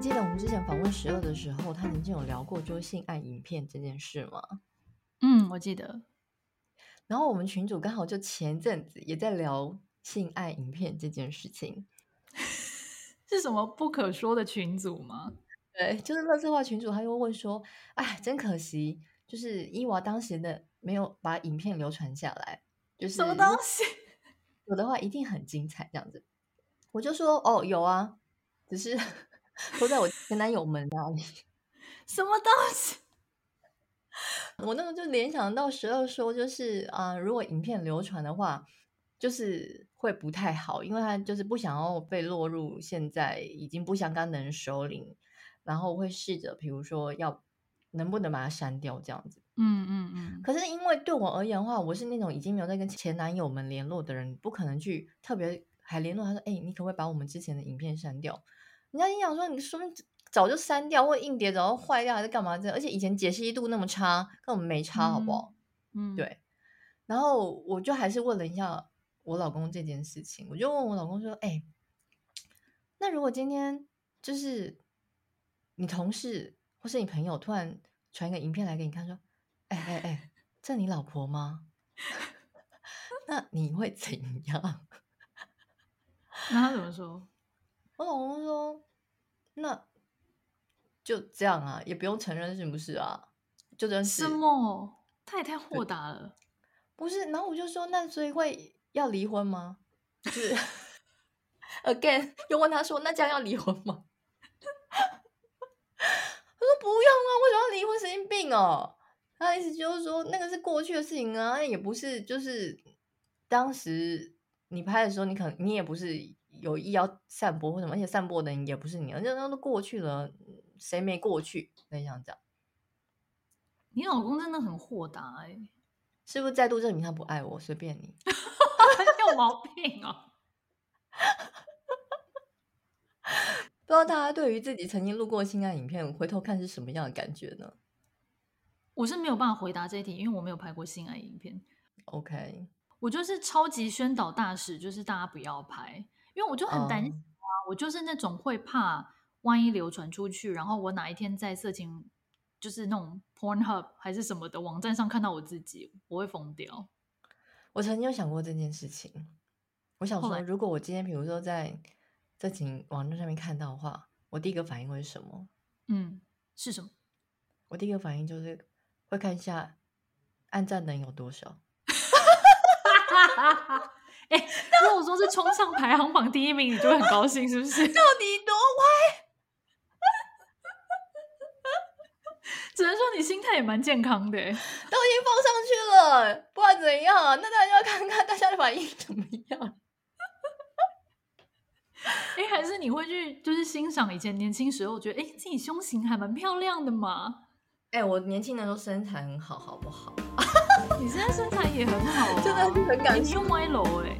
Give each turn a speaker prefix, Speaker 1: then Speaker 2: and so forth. Speaker 1: 记得我们之前访问十二的时候，他曾经有聊过就是性爱影片这件事吗？
Speaker 2: 嗯，我记得，
Speaker 1: 然后我们群主刚好就前阵子也在聊性爱影片这件事情，
Speaker 2: 是什么不可说的群组吗？
Speaker 1: 对，就是乐色话群主他又问说，哎，真可惜，就是伊娃当时的没有把影片流传下来，就是
Speaker 2: 什么
Speaker 1: 如果
Speaker 2: 东西？
Speaker 1: 有的话一定很精彩这样子。我就说哦，有啊，只是都在我前男友们那里。
Speaker 2: 什么东西？
Speaker 1: 我那个就联想到十二说，就是啊、呃如果影片流传的话，就是会不太好，因为他就是不想要被落入现在已经不相干的人首领，然后会试着比如说要能不能把它删掉这样子。
Speaker 2: 嗯嗯嗯，
Speaker 1: 可是因为对我而言的话，我是那种已经没有在跟前男友们联络的人，不可能去特别还联络他说，哎、你可不可以把我们之前的影片删掉？人家心想说，你说不定早就删掉，或者硬碟早就坏掉，还是干嘛这样？而且以前解析度那么差，根本没差，好不好？
Speaker 2: 嗯，
Speaker 1: 对然后我就还是问了一下我老公这件事情，我就问我老公说：“哎、那如果今天就是你同事或是你朋友突然传一个影片来给你看，说，哎哎哎，这你老婆吗？ 那你会怎样
Speaker 2: 那他怎么说？？”
Speaker 1: 我老公说：“那就这样啊，也不用承认是不是啊？就真是
Speaker 2: 什么？他也太豁达了。
Speaker 1: 不是，然后我就说，那所以会要离婚吗？就是 again 又问他说，那这样要离婚吗？ 他说不用啊，为什么要离婚？神经病哦！他的意思就是说，那个是过去的事情啊，也不是就是当时你拍的时候，你可能你也不是有意要散播或什么，而且散播的人也不是你，而且那都过去了，嗯谁没过去？很想讲，
Speaker 2: 你老公真的很豁达哎、
Speaker 1: 是不是再度证明他不爱我？随便你。
Speaker 2: 他有毛病哦。
Speaker 1: 不知道大家对于自己曾经录过性爱影片，回头看是什么样的感觉呢
Speaker 2: 我是没有办法回答这一题，因为我没有拍过性爱影片。
Speaker 1: ？OK，
Speaker 2: 我就是超级宣导大使，就是大家不要拍，因为我就很担心
Speaker 1: 嗯
Speaker 2: 啊，我就是那种会怕万一流传出去，然后我哪一天在色情就是那种 Pornhub 还是什么的网站上看到我自己，我会疯掉。
Speaker 1: 我曾经有想过这件事情，我想
Speaker 2: 后来
Speaker 1: 说，如果我今天比如说在在情网站上面看到的话，我第一个反应会是什么？
Speaker 2: 嗯，是什么？
Speaker 1: 我第一个反应就是会看一下按赞能有多少。
Speaker 2: 哎、如果说是冲上排行榜第一名，你就会很高兴，是不是？
Speaker 1: 到底多
Speaker 2: 只能说你心态也蛮健康的、欸。
Speaker 1: 歪？ 都已经放上去了，不管怎样啊，那大家要看看大家的反应怎么样。
Speaker 2: 哎、还是你会去就是欣赏以前年轻时候，觉得哎、自己胸型还蛮漂亮的嘛。
Speaker 1: 哎、我年轻的时候身材很好，好不好？
Speaker 2: 你现在身材也很好、啊，
Speaker 1: 真的是很感
Speaker 2: 你不用歪楼哎、